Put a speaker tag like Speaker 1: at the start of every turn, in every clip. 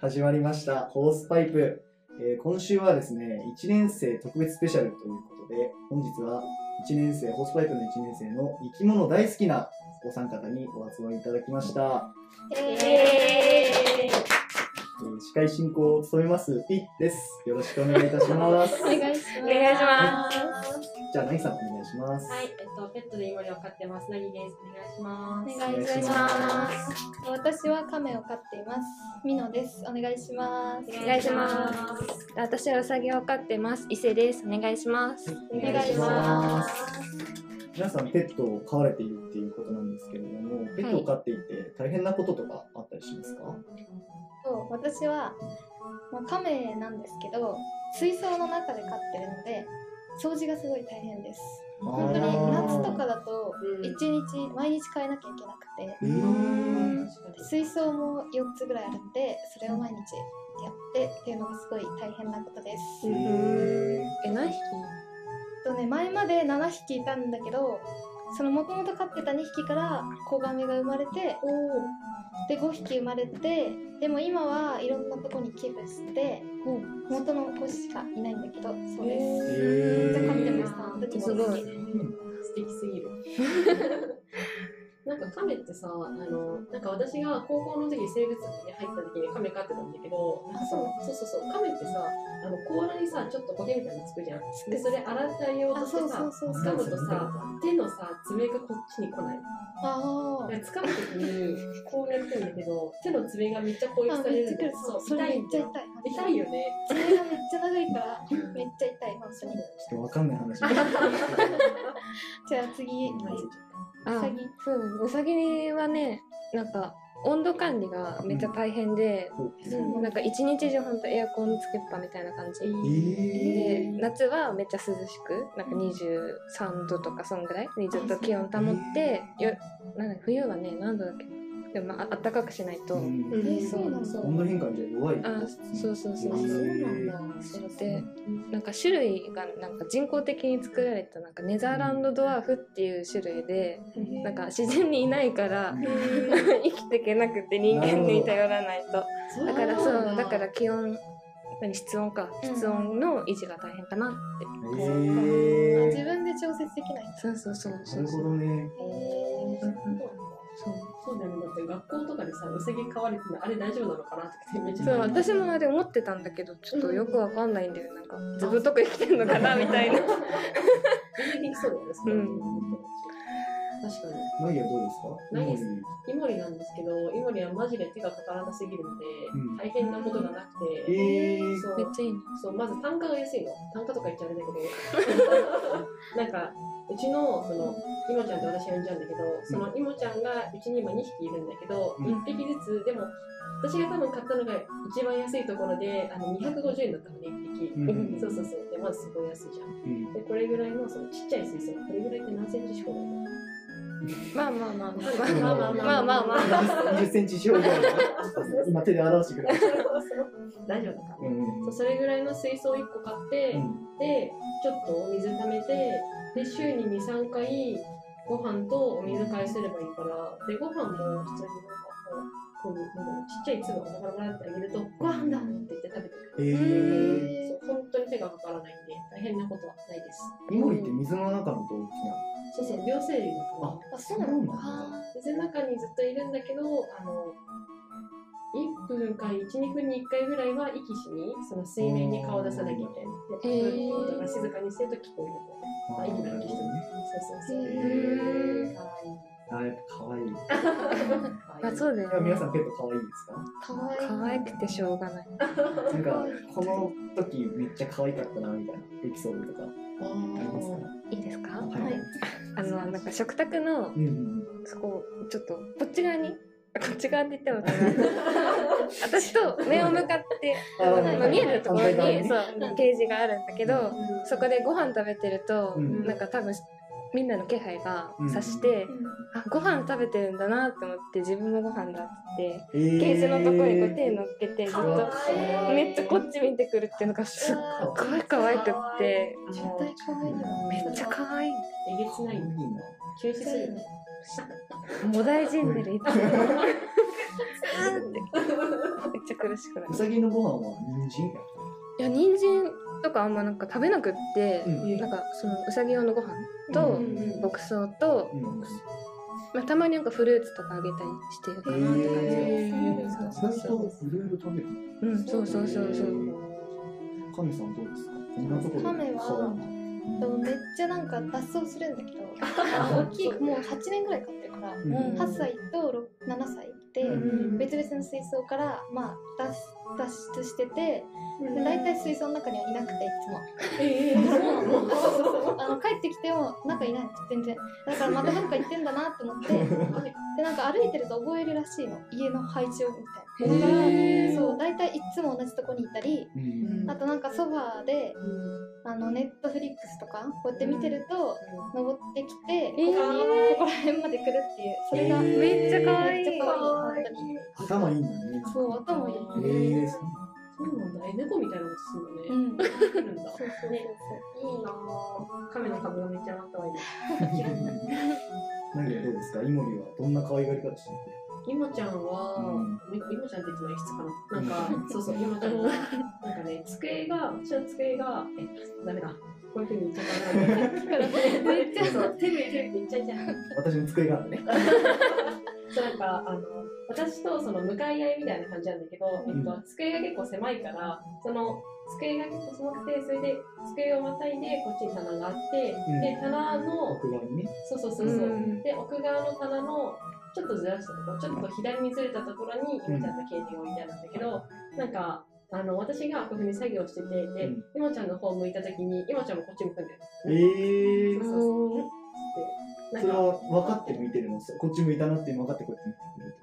Speaker 1: 始まりました、ホースパイプ。えー今週はですね、1年生特別スペシャルということで、本日は1年生、ホースパイプの1年生の生き物大好きなお三方にお集まりいただきました。
Speaker 2: えー
Speaker 1: えー司会進行を務めます、ピッです。よろしくお願いいたします。
Speaker 2: お願いします。。
Speaker 3: お願いします
Speaker 1: じゃあ、ナギさんお願いします。
Speaker 3: はい、えっと、ペットで今にを飼ってます。なぎです。お願いし
Speaker 2: お
Speaker 3: ます。
Speaker 2: 願いします。私は亀を飼っています。ミノです。お願いします。。
Speaker 3: お願いします
Speaker 4: 私はウサギを飼ってます。伊勢です。お願いします。
Speaker 2: お願いします。
Speaker 1: 皆さんペットを飼われているっていうことなんですけれども、ペットを飼っていて大変なこととかあったりしますか？
Speaker 2: そう私は、まあ、亀なんですけど、水槽の中で飼ってるので、掃除がすごい大変です。本当に夏とかだと
Speaker 3: うん
Speaker 2: 一日毎日変えなきゃいけなく
Speaker 1: え
Speaker 2: て、
Speaker 1: ー
Speaker 2: 水槽も4つぐらいあるので、それを毎日やってっていうのがすごい大変なことです。
Speaker 1: え
Speaker 4: え、何匹
Speaker 2: えっとね前まで7匹いたんだけどそのもともと飼ってた2匹から子ガメが生まれてで5匹生まれてでも今はいろんなとこに寄付して元の子しかいないんだけどそうです
Speaker 1: え
Speaker 2: めっちゃ飼って
Speaker 1: ー
Speaker 2: ましたどっちも
Speaker 4: すごい
Speaker 2: 好き
Speaker 3: 素敵すぎる。なんか亀ってさ、あの、なんか私が高校の時生物部に入った時に亀飼ってたんだけど、なんかさ
Speaker 2: あ
Speaker 3: そうそうそう、亀ってさ、あの甲羅にさ、ちょっと焦げみたいなのつくじゃん。で、それ洗ってあげよう
Speaker 2: あ
Speaker 3: として
Speaker 2: そうそ
Speaker 3: さ
Speaker 2: う、そうそ
Speaker 3: 掴
Speaker 2: う
Speaker 3: むとさ、手のさ、爪がこっちに来ない。
Speaker 2: あー
Speaker 3: なんか掴む時にこうやってるんだけど、手の爪がめっちゃ攻撃
Speaker 2: あ
Speaker 3: さ
Speaker 2: め
Speaker 3: れ
Speaker 2: っ
Speaker 3: る
Speaker 2: ちゃくる
Speaker 3: んだよ
Speaker 2: そう
Speaker 3: そ、
Speaker 2: そう
Speaker 3: 痛
Speaker 2: れめっ
Speaker 3: いん
Speaker 2: ち
Speaker 3: だ
Speaker 2: ゃ
Speaker 3: よ。
Speaker 2: 痛い
Speaker 3: 痛いよね。
Speaker 2: それがめっちゃ長いからめっちゃ痛い本当
Speaker 1: ちょ
Speaker 2: に
Speaker 1: っとわかんない話。
Speaker 2: じゃあ次はいウ
Speaker 4: あ
Speaker 2: サギ、
Speaker 4: そうなんです。ウサギはね、なんか温度管理がめっちゃ大変で、
Speaker 2: うん
Speaker 4: なんか一日中本当エアコンつけっぱみたいな感じ。
Speaker 1: え
Speaker 4: で、夏はめっちゃ涼しく、なんか23度とかそんぐらいにずっと気温保って、よなんだ冬はね、何度だっけでもまあ暖かくしない
Speaker 1: ー
Speaker 4: と。
Speaker 1: うん
Speaker 2: え
Speaker 4: そ
Speaker 2: ー、
Speaker 4: う
Speaker 2: そうなん
Speaker 1: 温
Speaker 2: だ
Speaker 1: 度変化にじゃあ弱い。
Speaker 4: あそうそうそう
Speaker 3: あ、そう
Speaker 4: そう。
Speaker 3: なんだ。それ
Speaker 4: でなんか種類がなんか人工的に作られたなんかネザーランドドワーフっていう種類でなんか自然にいないから
Speaker 1: うん
Speaker 4: 生きていけなくて人間に頼らないと
Speaker 3: そうな
Speaker 4: だ
Speaker 3: ん
Speaker 4: からそうだから気温何室温か
Speaker 2: うん
Speaker 4: 室温の維持が大変かなって、
Speaker 1: え
Speaker 2: あ
Speaker 1: ー
Speaker 2: 自分で調節できない
Speaker 4: そうそうそう
Speaker 1: な
Speaker 4: そ
Speaker 1: る
Speaker 4: う
Speaker 1: ほどね。
Speaker 2: へえ
Speaker 4: そう
Speaker 3: そうだよね。だって学校とかでさ、うさぎ飼われてるのあれ大丈夫なのかなってめっちゃ
Speaker 4: そう私もあれ思ってたんだけどちょっとよくわかんないんだよなんかずぶとく生きてんのかなみたい な
Speaker 3: 全然できそうだよね。それは
Speaker 4: うん
Speaker 3: 確かに。
Speaker 1: マギはどうですか？
Speaker 3: ないです
Speaker 1: どういう
Speaker 3: イモリなんですけど、イモリはマジで手がかからなすぎるので、
Speaker 1: うん
Speaker 3: 大変なことがなくて、
Speaker 1: えー
Speaker 3: そ
Speaker 4: め
Speaker 3: う
Speaker 4: っちゃいいな
Speaker 3: そうまず単価が安いの単価とか言っちゃあれだけどなんかうちのそのイモちゃんと私が呼んじゃうんだけどそのイモちゃんがうちに今2匹いるんだけど、
Speaker 1: うん
Speaker 3: 1匹ずつでも私が多分買ったのが一番安いところであの250円だったのね1匹、
Speaker 1: うん
Speaker 4: うん
Speaker 3: そうそうそうでまずそこ安いじゃん
Speaker 1: うん
Speaker 3: でこれぐらいのそのちっちゃい水槽これぐらいって何センチ四方だよね
Speaker 4: まあまあまあまあ
Speaker 1: ん
Speaker 4: まあまあまあまあ
Speaker 1: 20センチ四方ぐらい今手で表してくれ ました。
Speaker 3: 大丈夫だから
Speaker 1: う
Speaker 3: ね、
Speaker 1: ん
Speaker 3: そうそれぐらいの水槽1個買って、でちょっとお水溜めてで週に23回ご飯とお水返せればいいからでご飯も普通になんかこうこういうなんだろうちっちゃい粒をバラバラってあげるとご飯だって言って食べてく
Speaker 1: え
Speaker 3: れる、
Speaker 1: ー
Speaker 3: そう本当に手がかからないんで大変なことはないです
Speaker 1: イモリって水の中の動物なの。
Speaker 3: そうそう両生類だから
Speaker 2: あそうなんだ
Speaker 1: そうな
Speaker 3: 水の中にずっといるんだけどあの1分から12分に1回ぐらいは息しにその水面に顔を出さなきゃいけないで
Speaker 4: へー
Speaker 3: ブーって音が静かにしてると聞こえるみたいなあいいね
Speaker 1: なるほどね
Speaker 3: そうそうそう。
Speaker 1: へ
Speaker 3: かわいい。
Speaker 1: あーやっぱ可愛い。
Speaker 4: まあそうだ
Speaker 1: いや
Speaker 4: よね
Speaker 1: 皆さんペット可愛いですか？
Speaker 2: かわいい
Speaker 4: 可愛くてしょうがない
Speaker 1: なんかこの時めっちゃ可愛かったなみたいなエピソードとか
Speaker 3: あ
Speaker 1: ありますか？
Speaker 4: いいですか
Speaker 1: は
Speaker 2: はい
Speaker 4: あのなんか食卓の
Speaker 1: うんうん
Speaker 4: そこちょっとこっち側にこっち側って言っても 分かんない私と目を向かって
Speaker 1: あー
Speaker 4: まあ見えるところ
Speaker 1: 反対側
Speaker 4: に
Speaker 1: ね
Speaker 4: そうケージがあるんだけどそこでご飯食べてると、
Speaker 1: うん
Speaker 4: なんか多分みんなの気配が
Speaker 1: うん
Speaker 4: さして、
Speaker 2: うん
Speaker 4: あご飯食べてるんだなと思って自分もご飯だっつって
Speaker 1: ケ
Speaker 4: ケージのとこにこう手乗っけてずっ
Speaker 3: かわい
Speaker 4: と
Speaker 3: い
Speaker 4: めっちゃこっち見てくるっていうのがすっごい可愛くって
Speaker 2: 絶対可愛いよ
Speaker 4: めっちゃ
Speaker 2: 可
Speaker 4: 可愛い
Speaker 3: えげつない。
Speaker 1: いいな。
Speaker 3: 休止するよね。
Speaker 4: もう大事になるいつもーってめっちゃ苦しくなる
Speaker 1: うさぎのご飯は人参や
Speaker 4: いや人参とかあんまなんか食べなくって、
Speaker 1: うん
Speaker 4: なんかそのうさぎ用のご飯と、
Speaker 2: うん
Speaker 4: 牧草と、
Speaker 1: うん
Speaker 4: まあ、たまになんかフルーツとかあげたりしてるかなって感じで
Speaker 2: へー
Speaker 4: そう
Speaker 1: 意外といろいろ食べる
Speaker 4: うんそうそうそうそう
Speaker 1: 神さんどうですかこんなところで
Speaker 2: 亀は
Speaker 1: 買うの
Speaker 2: でもめっちゃなんか脱走するんだけど大きいもう8年ぐらい飼ってるから
Speaker 1: うん
Speaker 4: う
Speaker 2: 8
Speaker 4: ん
Speaker 2: 歳と6 7歳で
Speaker 1: うん
Speaker 2: 別々の水槽から、まあ、脱脱出しててで大体水槽の中にはいなくていつも
Speaker 3: えー、そうなの
Speaker 2: あの帰ってきてもなんかいないの全然だからまたどっか行ってんだなと 思ってでなんか歩いてると覚えるらしいの家の配置をみたいなだから
Speaker 1: へー
Speaker 2: そう大体いつも同じとこにいたり
Speaker 1: うん
Speaker 2: あとなんかソファーであのネットフリックスとかこうやって見てると登ってきてここに
Speaker 4: えー
Speaker 2: ここら辺まで来るっていうそれが
Speaker 1: えー
Speaker 4: めっちゃ可愛い
Speaker 2: めっちゃ可愛い
Speaker 1: 頭いいんだね
Speaker 2: そう頭いい
Speaker 1: えーそう
Speaker 3: そうなんだえ猫みたいなことす
Speaker 2: う
Speaker 3: るのね、
Speaker 2: んそう
Speaker 3: 来るんだ
Speaker 2: そうそう
Speaker 3: いいなぁ亀の株がめっちゃ上がったわ
Speaker 1: なんかどうですかイモリはどんな可愛がり方してる
Speaker 3: 今イモちゃんは、
Speaker 1: う
Speaker 3: イモちゃんって言ってない質かななんかそうそうイモちゃんはなんかね机が私の机がえダメだこういうふうに言っちゃったな
Speaker 2: めっちゃ
Speaker 3: そう手で手で言っちゃいちゃう
Speaker 1: 私の机があってね
Speaker 3: そうなんかあの私とその向かい合いみたいな感じなんだけど、
Speaker 1: うん
Speaker 3: えっと、机が結構狭いからその机が結構狭くてそれで机をまたいでこっちに棚があって、
Speaker 1: うん
Speaker 3: で棚の
Speaker 1: 奥側にね
Speaker 3: そうそうそうそう、
Speaker 4: うん
Speaker 3: で奥側の棚のちょっとずらしたとこちょっと左にずれたところにイモちゃんのケージが置いてあるんだけど、なんかあの私がこういうふうに作業しててで、
Speaker 1: うん
Speaker 3: イモちゃんの方向いた時にイモちゃんもこっち向くんだよ
Speaker 1: えー
Speaker 3: そう
Speaker 4: うん
Speaker 3: でなん
Speaker 1: それ
Speaker 3: か
Speaker 1: は分かって見てるのこっち向いたなっていうの分かってこうやって見てる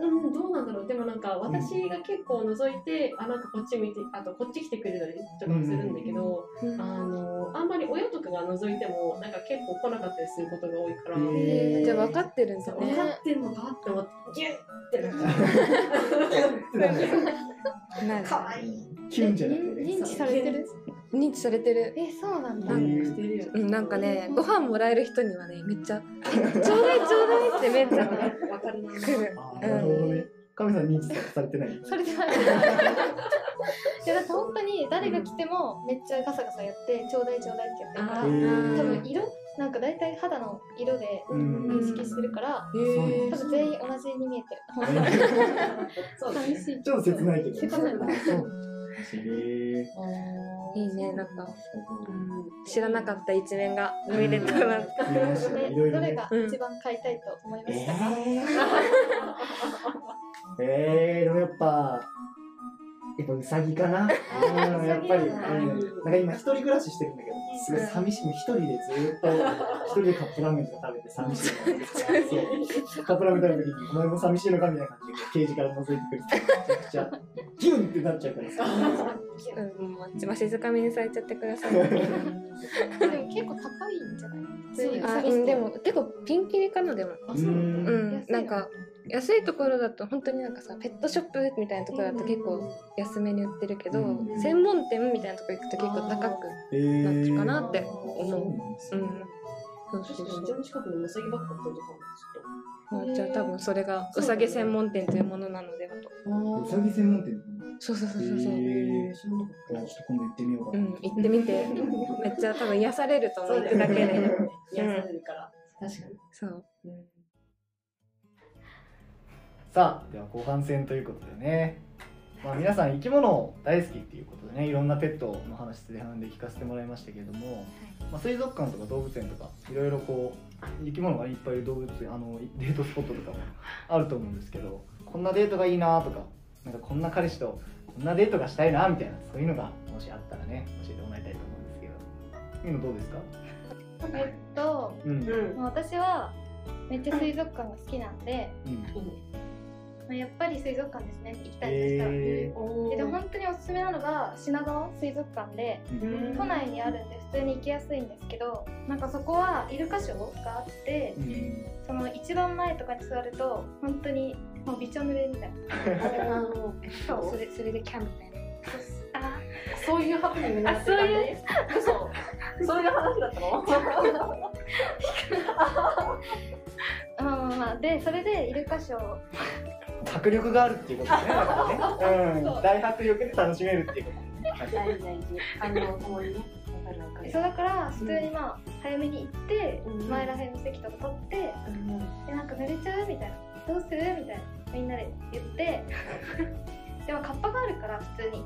Speaker 3: うん、どうなんだろう。でもなんか私が結構覗いて、あ、なんかこっち向いて、あとこっち来てくれたりとかもするんだけど、
Speaker 4: うん
Speaker 3: あの、あんまり親とかが覗いても、なんか結構来なかったりすることが多いから、
Speaker 1: え
Speaker 4: えーじゃあ分かってるん
Speaker 3: そ
Speaker 4: だ
Speaker 3: う分か
Speaker 4: ね
Speaker 3: ってんのかって思って、ギュッってなっ
Speaker 4: なる
Speaker 3: かわいい。
Speaker 1: キュンじゃなくて
Speaker 2: 認知されてる
Speaker 4: 認知されてる
Speaker 2: えそうなんだ
Speaker 1: う
Speaker 3: なんんかしてるよね。
Speaker 4: うんなんかねご飯もらえる人にはねめっちゃ「ちょうだいちょうだい」ってめっち
Speaker 3: わ
Speaker 4: ゃ
Speaker 3: かるな。
Speaker 4: 来る
Speaker 1: あーなるほどね神さん認知されてない
Speaker 2: それでない。いやだって本当に誰が来てもめっちゃガサガサやってちょうだいちょうだいってやってるか
Speaker 3: あ
Speaker 1: え
Speaker 3: ー
Speaker 2: ら多
Speaker 1: ー
Speaker 2: 分色なんか大体肌の色で
Speaker 1: うん
Speaker 2: 認識してるから
Speaker 4: へ
Speaker 1: ー
Speaker 2: 多分全員同じに見えてる本当に
Speaker 3: そうだね
Speaker 2: 寂しい
Speaker 1: ちょっと切ないけど
Speaker 2: 切ないな
Speaker 1: へえ
Speaker 4: いいねなんか、うん知らなかった一面が見れたなって
Speaker 1: 見ましたね
Speaker 2: で
Speaker 1: いろいろ
Speaker 2: どれ
Speaker 1: ね
Speaker 2: が一番買いたいと思いま
Speaker 1: え
Speaker 2: したか、
Speaker 1: ーえーでもやっぱやっぱウサギかなうんやっぱり、
Speaker 2: ウ
Speaker 1: うん、
Speaker 2: サ
Speaker 1: な
Speaker 2: ギ
Speaker 1: んか今一人暮らししてるんだけどすごい寂しいもう一人でずっと一人でカップラーメンとか食べて寂しいそうカップラーメン食べる時に「お前も寂しいのか?」みたいな感じでケージから覗いてくるめちゃくちゃギュンってなっちゃうからさ
Speaker 4: うんもう一番静かめにされちゃってください
Speaker 2: でも結構高いんじゃない普通に
Speaker 4: あ
Speaker 2: 探
Speaker 4: う
Speaker 2: す
Speaker 4: ん
Speaker 2: と
Speaker 4: でも結構ピンキリかなでも
Speaker 3: あそうなん
Speaker 2: 安い
Speaker 3: だ
Speaker 4: うん
Speaker 2: の
Speaker 4: なんか安いところだと本当になんかさペットショップみたいなところだと結構安めに売ってるけど、
Speaker 1: うん
Speaker 4: 専門店みたいなとこ行くと結構高く
Speaker 1: え
Speaker 4: なっちゃうか
Speaker 1: ー、
Speaker 4: なって
Speaker 1: そうな
Speaker 4: 思
Speaker 1: んです
Speaker 4: うう
Speaker 1: よ、
Speaker 4: んそう
Speaker 3: 確
Speaker 4: そ
Speaker 3: か
Speaker 4: う
Speaker 3: に、うち
Speaker 4: そう
Speaker 3: の近くにウサギばっか買ってるとかもちょっと。
Speaker 4: まあじゃあ多分それがうさぎ専門店というものなのではと
Speaker 1: うさぎ専門店
Speaker 4: そうそうそう
Speaker 1: え
Speaker 4: そうそう、
Speaker 1: ー、ちょっと今度行ってみようか
Speaker 4: う
Speaker 1: な、
Speaker 4: ん行ってみ てめっちゃ多分癒されると思う行くだけで
Speaker 3: 癒されるから、確かに。
Speaker 4: そう
Speaker 1: さあでは後半戦ということでね、まあ、皆さん生き物大好きっていうことでねいろんなペットの話前半で聞かせてもらいましたけれども、まあ、水族館とか動物園とかいろいろこう生き物がいっぱいいる動物園あの デートスポットとかもあると思うんですけどこんなデートがいいなとかなんかこんな彼氏とこんなデートがしたいなみたいなそういうのがもしあったらね教えてもらいたいと思うんですけど今どうですか、
Speaker 2: えっと
Speaker 1: うんうん
Speaker 2: まあ私はめっちゃ水族館が好きなんで、まあ、やっぱり水族館ですね行きたいとしたら、
Speaker 1: え
Speaker 3: お
Speaker 2: えで本当におすすめなのが品川水族館で
Speaker 1: うん
Speaker 2: 都内にあるんで普通に行きやすいんですけどなんかそこはイルカショーがあって
Speaker 1: うん
Speaker 2: その一番前とかに座ると本当にもうびちょ濡れみたいな
Speaker 4: それそれでキャンみたいな
Speaker 2: あ
Speaker 3: そういうハプニングになってたね。そうそういう話だったの？
Speaker 2: まあまあまあでそれでイルカショー
Speaker 1: 迫力があるっていうことね。だからね。うん。大迫力で楽しめるっていうこと。はい
Speaker 3: 大事大事。感動ともにね。わかるわかる。
Speaker 2: そうだから普通にまあ早めに行って
Speaker 3: うん
Speaker 2: 前らへんの席とか取ってでなんか濡れちゃうみたいなどうするみたいなみんなで言って でもカッパがあるから普通に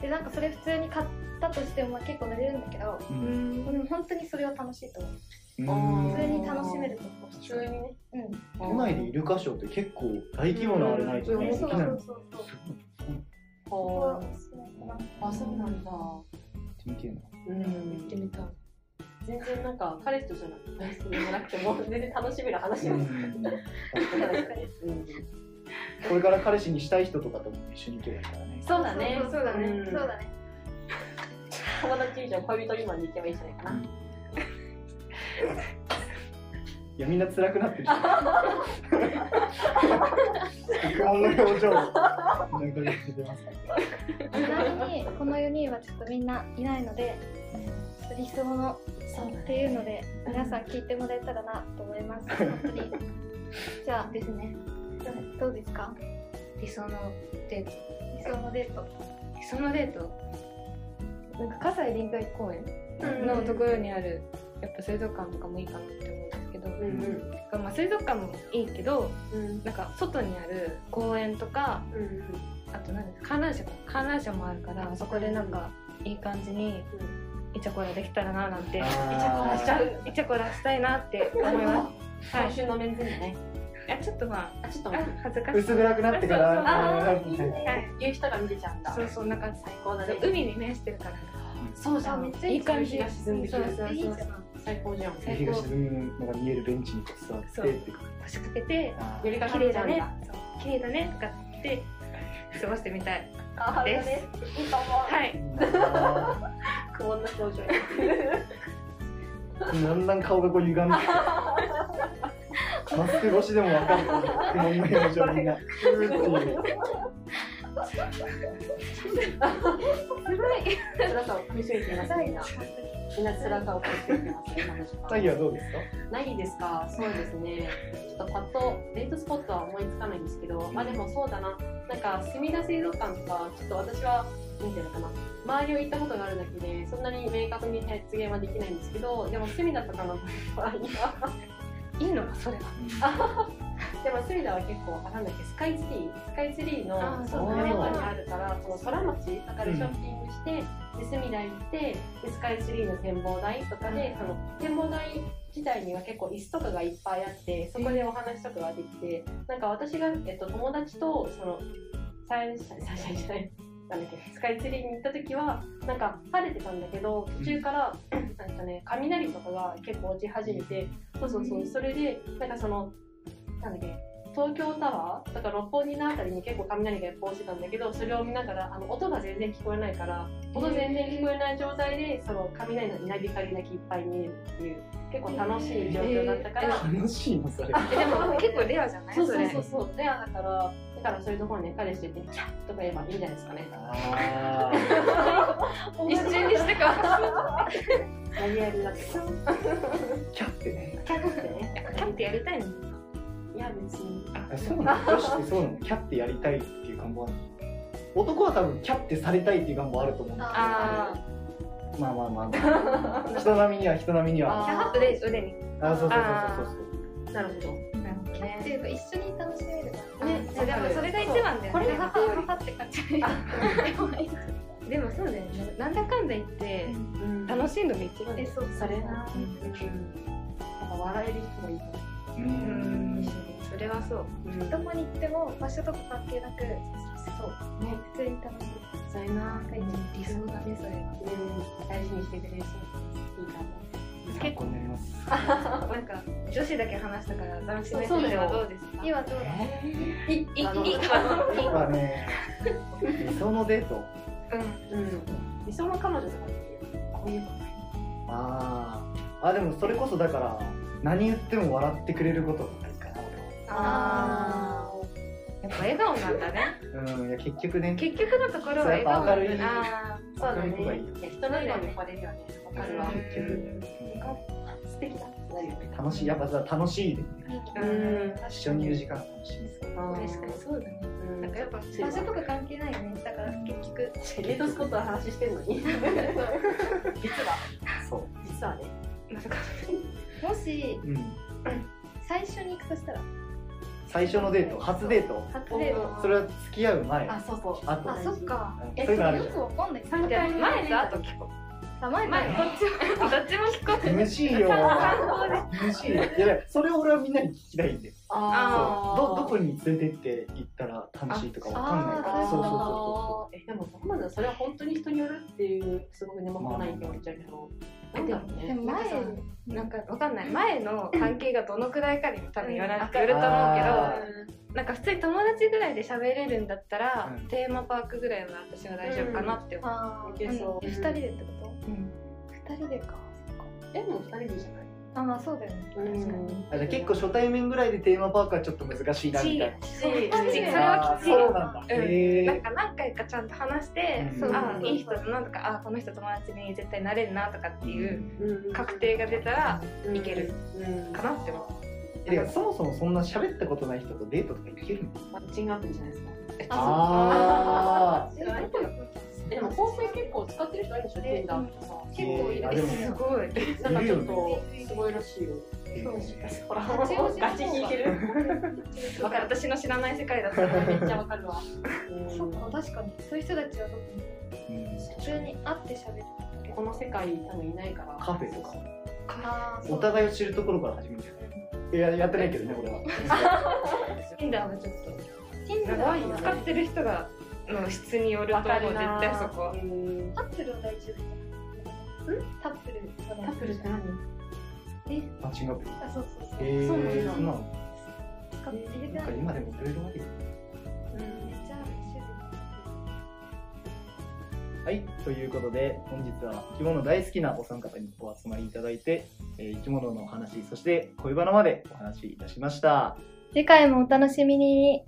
Speaker 2: でなんかそれ普通に買ったとしてもまあ結構濡れるんだけど
Speaker 1: う。
Speaker 4: うんん
Speaker 2: でも本当にそれは楽しいと思う
Speaker 1: うん
Speaker 3: ん
Speaker 2: 普通に楽しめると思う
Speaker 5: 普通にね。
Speaker 2: うん
Speaker 1: 都内でイルカショーって結構大規模なあれないとね、でき
Speaker 2: そう
Speaker 1: な
Speaker 2: そ
Speaker 1: いもん
Speaker 2: う
Speaker 1: ね。
Speaker 2: そうそうそう
Speaker 3: あーあ、そうなんだ。
Speaker 1: 見てるの
Speaker 3: うん
Speaker 4: 行ってみたい
Speaker 3: 全然なんか彼氏とじゃなくて、じゃなくても全然楽しめる話
Speaker 1: う
Speaker 3: も。
Speaker 1: ん
Speaker 3: うん
Speaker 1: これから彼氏にしたい人とかとも一緒に行けばいいからね。
Speaker 3: そうだね。
Speaker 2: そうだね
Speaker 3: ん
Speaker 2: そうだね
Speaker 3: 友達以上恋人未満に行けばいいんじゃないかな。
Speaker 1: いや、みんな辛くなってる。不安の表情。なんか出てますね。
Speaker 2: ちなみにこの4人はちょっとみんないないのでちょっと理想のっていうので皆さん聞いてもらえたらなと思います本当にじゃあ
Speaker 4: ですね
Speaker 2: どうですか
Speaker 4: 理想のデート
Speaker 2: 理想のデート
Speaker 4: 理想のデートなんか葛西臨海公園のところにあるやっぱ水族館とかもいいかなって思うんですけど、
Speaker 3: うんうん
Speaker 4: まあ、水族館もいいけど
Speaker 3: うん
Speaker 4: なんか外にある公園とか
Speaker 3: うんうん。
Speaker 4: あとなんか観覧車か観覧車もあるからそこでなんかいい感じにイチャコラできたらななんてイチャコラしちゃうイチャコラしたいなって思いま
Speaker 3: 今週のメンズにね。
Speaker 4: すいやちょっとまあ
Speaker 3: あ、ちょっと
Speaker 4: あ
Speaker 3: 待って。
Speaker 4: 恥ずかしい
Speaker 1: 薄暗くなってか
Speaker 3: あ
Speaker 1: ら。
Speaker 3: ー
Speaker 1: うん
Speaker 3: いいね
Speaker 4: はい
Speaker 3: 言う人が見れちゃうんだ。
Speaker 4: そうそうなんか
Speaker 3: 最高だね。
Speaker 4: 海に面してるから
Speaker 3: そうじゃ
Speaker 2: あ
Speaker 3: ん。
Speaker 2: めっちゃいい感じ
Speaker 3: 日が沈んでくる。
Speaker 4: そうそうそう
Speaker 2: いいじゃん
Speaker 3: 最高じゃん。
Speaker 4: 最
Speaker 1: 日が
Speaker 4: 高
Speaker 1: 沈むのが見えるベンチにこう座ってっていう
Speaker 4: 腰掛けて
Speaker 1: あ
Speaker 3: よりか
Speaker 4: 綺
Speaker 3: か
Speaker 4: 麗
Speaker 3: っちゃ
Speaker 4: だ
Speaker 3: うん
Speaker 4: ね
Speaker 3: だ。
Speaker 4: そう綺麗だねとかって過ごしてみたい
Speaker 3: あー、
Speaker 4: で
Speaker 3: ですす。いいと思
Speaker 4: はい
Speaker 1: ー。
Speaker 3: う。苦悶な表情。
Speaker 1: だんだん顔がこう 歪んできてマスク越しでも分かるこの表情みんなうーっていう
Speaker 3: 辛さを噛みしめています。みんなみんな辛さを噛みしめてますね。今の時間
Speaker 1: タイヤはどうですか
Speaker 3: ないですかそうですねちょっとパッとデートスポットは思いつかないんですけどまあでもそうだななんか墨田水族館とかちょっと私はなんていうのかな周りを行ったことがあるだけでそんなに明確に発言はできないんですけどでも墨田とかの場合は
Speaker 4: いいのかそれは
Speaker 3: でも墨田は結構あなんだっけスカイツリースカイツリーの
Speaker 4: あー
Speaker 1: そうだね
Speaker 3: 目の中にあるからその空町とかでショッピングして、で墨田行ってでスカイツリーの展望台とかで、その展望台自体には結構椅子とかがいっぱいあってそこでお話とかができて、なんか私が、えっと、友達とその三社三社じゃないなんだっけスカイツリーに行った時はなんか晴れてたんだけど途中から、なんかね雷とかが結構落ち始めてそうそうそうそれでなんかそのなんだっけ東京タワーとか六本木のあたりに結構雷がいっぱい落ちてたんだけどそれを見ながらあの音が全然聞こえないから音全然聞こえない状態でその雷の稲光だけいっぱい見えるっていう結構楽しい状況だったから、
Speaker 1: 楽しいのそれ
Speaker 4: えで も結構レアじゃない
Speaker 3: そうそう
Speaker 4: れ
Speaker 3: そうそうレアだからだからそういうところに彼氏と行ってキャッとか言えばいいんじゃないですかね
Speaker 1: あ
Speaker 4: 一瞬にしてか
Speaker 3: 投げやりだけど
Speaker 1: ーキャってね
Speaker 3: キャッてね
Speaker 4: キャンプやりたいの
Speaker 3: いや別に
Speaker 1: あそうなの女子ってそうなのキャってやりたいっていう願望あるの男は多分キャってされたいっていう願望あると思うんだ
Speaker 4: あ
Speaker 1: けどまあまあまあま あ人並みには人並みには
Speaker 4: キャンプで腕に
Speaker 1: あそうそうそうそうそう
Speaker 3: なるほど
Speaker 4: なるほど
Speaker 2: っていうか一緒に楽しめる
Speaker 3: ね
Speaker 4: あそうでもそれが一番だよね
Speaker 3: これ
Speaker 2: 母より母って感じ
Speaker 4: でもそうだよねなんだかんだ言って
Speaker 3: うん
Speaker 4: 楽しいのが一番
Speaker 2: え
Speaker 4: です
Speaker 2: そう
Speaker 3: それなう
Speaker 4: う
Speaker 3: んんなんか笑える人もいいと思
Speaker 1: う
Speaker 4: うんんそれはそう
Speaker 3: う
Speaker 2: どこに行っても場所とか関係なくそう
Speaker 3: ね
Speaker 2: 普通に楽しい
Speaker 3: そうやな
Speaker 4: 理想だねそれは
Speaker 3: うん大事にしてくれるしいいかも
Speaker 1: 参考になります
Speaker 4: なんか女子だけ話したから男子目
Speaker 3: そうだ
Speaker 4: 線
Speaker 3: よ
Speaker 4: はどうですか
Speaker 2: 今どうだ
Speaker 3: いい
Speaker 4: いい
Speaker 3: あの
Speaker 4: いいわいい
Speaker 1: やっぱね理想のデート
Speaker 4: うん
Speaker 3: うん理想の彼女とかってこういうこ
Speaker 1: あーあでもそれこそだから何言っても笑ってくれることがないかな
Speaker 4: あーやっぱ笑顔なんだね
Speaker 1: 俺はうんいや結局ね
Speaker 4: 結局のところは笑顔
Speaker 1: そうやっぱ明るい
Speaker 4: あ
Speaker 3: そうだ
Speaker 1: 明るい子がい
Speaker 3: ね
Speaker 1: いよね。
Speaker 3: 人の笑顔に惚れるよねわかるわ
Speaker 1: 結局
Speaker 3: 素敵だってなるよね
Speaker 1: 楽しいやっぱさ楽しいで
Speaker 3: うん
Speaker 1: 一緒にいる時間が楽しい
Speaker 4: 確かにそうだね。
Speaker 3: うん
Speaker 2: なんかやっぱ場所とか関係ないよねだから結局
Speaker 3: デートスポットの話してんのに実は
Speaker 1: そう
Speaker 3: 実はね
Speaker 2: もし
Speaker 1: うん
Speaker 2: 最初に行くとしたら
Speaker 1: 最初のデート初デート
Speaker 2: 初デート
Speaker 1: それは付き合う前
Speaker 3: あそうそう
Speaker 1: あと
Speaker 2: あそっか
Speaker 1: うん
Speaker 2: え
Speaker 1: そういうのある
Speaker 2: よ
Speaker 1: じ
Speaker 2: くわかんない
Speaker 3: 三回目
Speaker 4: 前と後聞こ
Speaker 2: あ前
Speaker 4: う。前、こ
Speaker 2: だね
Speaker 4: っちも、どっちも聞こ
Speaker 1: ゃん MC よ MC よいやいやそれを俺はみんなに聞きたいんで
Speaker 4: あ
Speaker 1: どどこに連れてって行ったら楽しいとかわかんないか
Speaker 2: あ
Speaker 1: ら
Speaker 2: ー
Speaker 1: そうそうそう
Speaker 3: そうえでもそこまでそれは本当に人によるっていうすごく根本ないって言われちゃうけど、なんだろうね
Speaker 4: でも前
Speaker 3: なんかさ
Speaker 4: う。なんか、わかんない。前の関係がどのくらいかにも多分よら
Speaker 2: う
Speaker 4: よると思
Speaker 1: あ
Speaker 4: うけど、なんか普通に友達ぐらいで喋れるんだったら
Speaker 1: うん、
Speaker 4: テーマパークぐらいは私は大丈夫かなって思う。
Speaker 2: ああ
Speaker 3: いけそう
Speaker 2: 2人でってこ
Speaker 4: うん
Speaker 2: と2人でかそっか
Speaker 3: えもう二人でじゃない
Speaker 2: あまあそうだよね
Speaker 3: 確
Speaker 4: かに
Speaker 1: あじゃあ結構初対面ぐらいでテーマパークはちょっと難しいなみたいな
Speaker 4: そ
Speaker 2: きつい
Speaker 4: れそれはきつい
Speaker 1: あーそうなんだ
Speaker 4: うん
Speaker 1: へ
Speaker 4: なん
Speaker 1: え
Speaker 4: か何回かちゃんと話して、
Speaker 1: うん
Speaker 4: あいい人だなとかあこの人友達に絶対なれるなとかっていう確定が出たらいけるかなって思
Speaker 1: えでもそもそもそんな喋ったことない人とデートとか行けるの
Speaker 3: マッチングアプリじゃないですか
Speaker 1: あ
Speaker 2: えどこ行く
Speaker 3: えでも香水結構使ってる人いるでしょ
Speaker 2: え
Speaker 3: Tinder とかさ
Speaker 1: え
Speaker 2: 結構いる
Speaker 1: あ
Speaker 4: う
Speaker 1: でも
Speaker 4: すごい
Speaker 3: なんかちょっとすごいらしいよ
Speaker 1: え
Speaker 2: そう
Speaker 3: ほら
Speaker 2: 八王子の方が
Speaker 3: ガチ引いてる
Speaker 4: わかる私の知らない世界だったら
Speaker 3: めっちゃわかるわうん
Speaker 2: そっか確かにそういう人たちはどこに普通に会って喋る
Speaker 3: この世界多分いないから
Speaker 1: カフェとか
Speaker 2: ああ
Speaker 1: お互いを知るところから始めるんじゃないいややってないけどね俺は
Speaker 4: Tinder はちょっと
Speaker 2: 近所
Speaker 3: 長いよ
Speaker 4: 使ってる人がの質によると思う絶対そこは
Speaker 3: うん
Speaker 2: タップルは大丈夫じゃないタップルは
Speaker 3: タ
Speaker 2: 大丈
Speaker 3: ップルって何
Speaker 1: マッチングアプリ
Speaker 2: 夫あそうそうそう、
Speaker 1: えー、
Speaker 3: そうなんだ
Speaker 1: そんなの
Speaker 2: 使って入れて
Speaker 1: な
Speaker 2: なんい
Speaker 1: か今でもいろいろあるよ
Speaker 2: めっちゃある種類
Speaker 1: はい、ということで本日は生き物大好きなお三方にお集まりいただいて、えー生き物のお話そして恋バナまでお話しいたしました。
Speaker 2: 次回もお楽しみに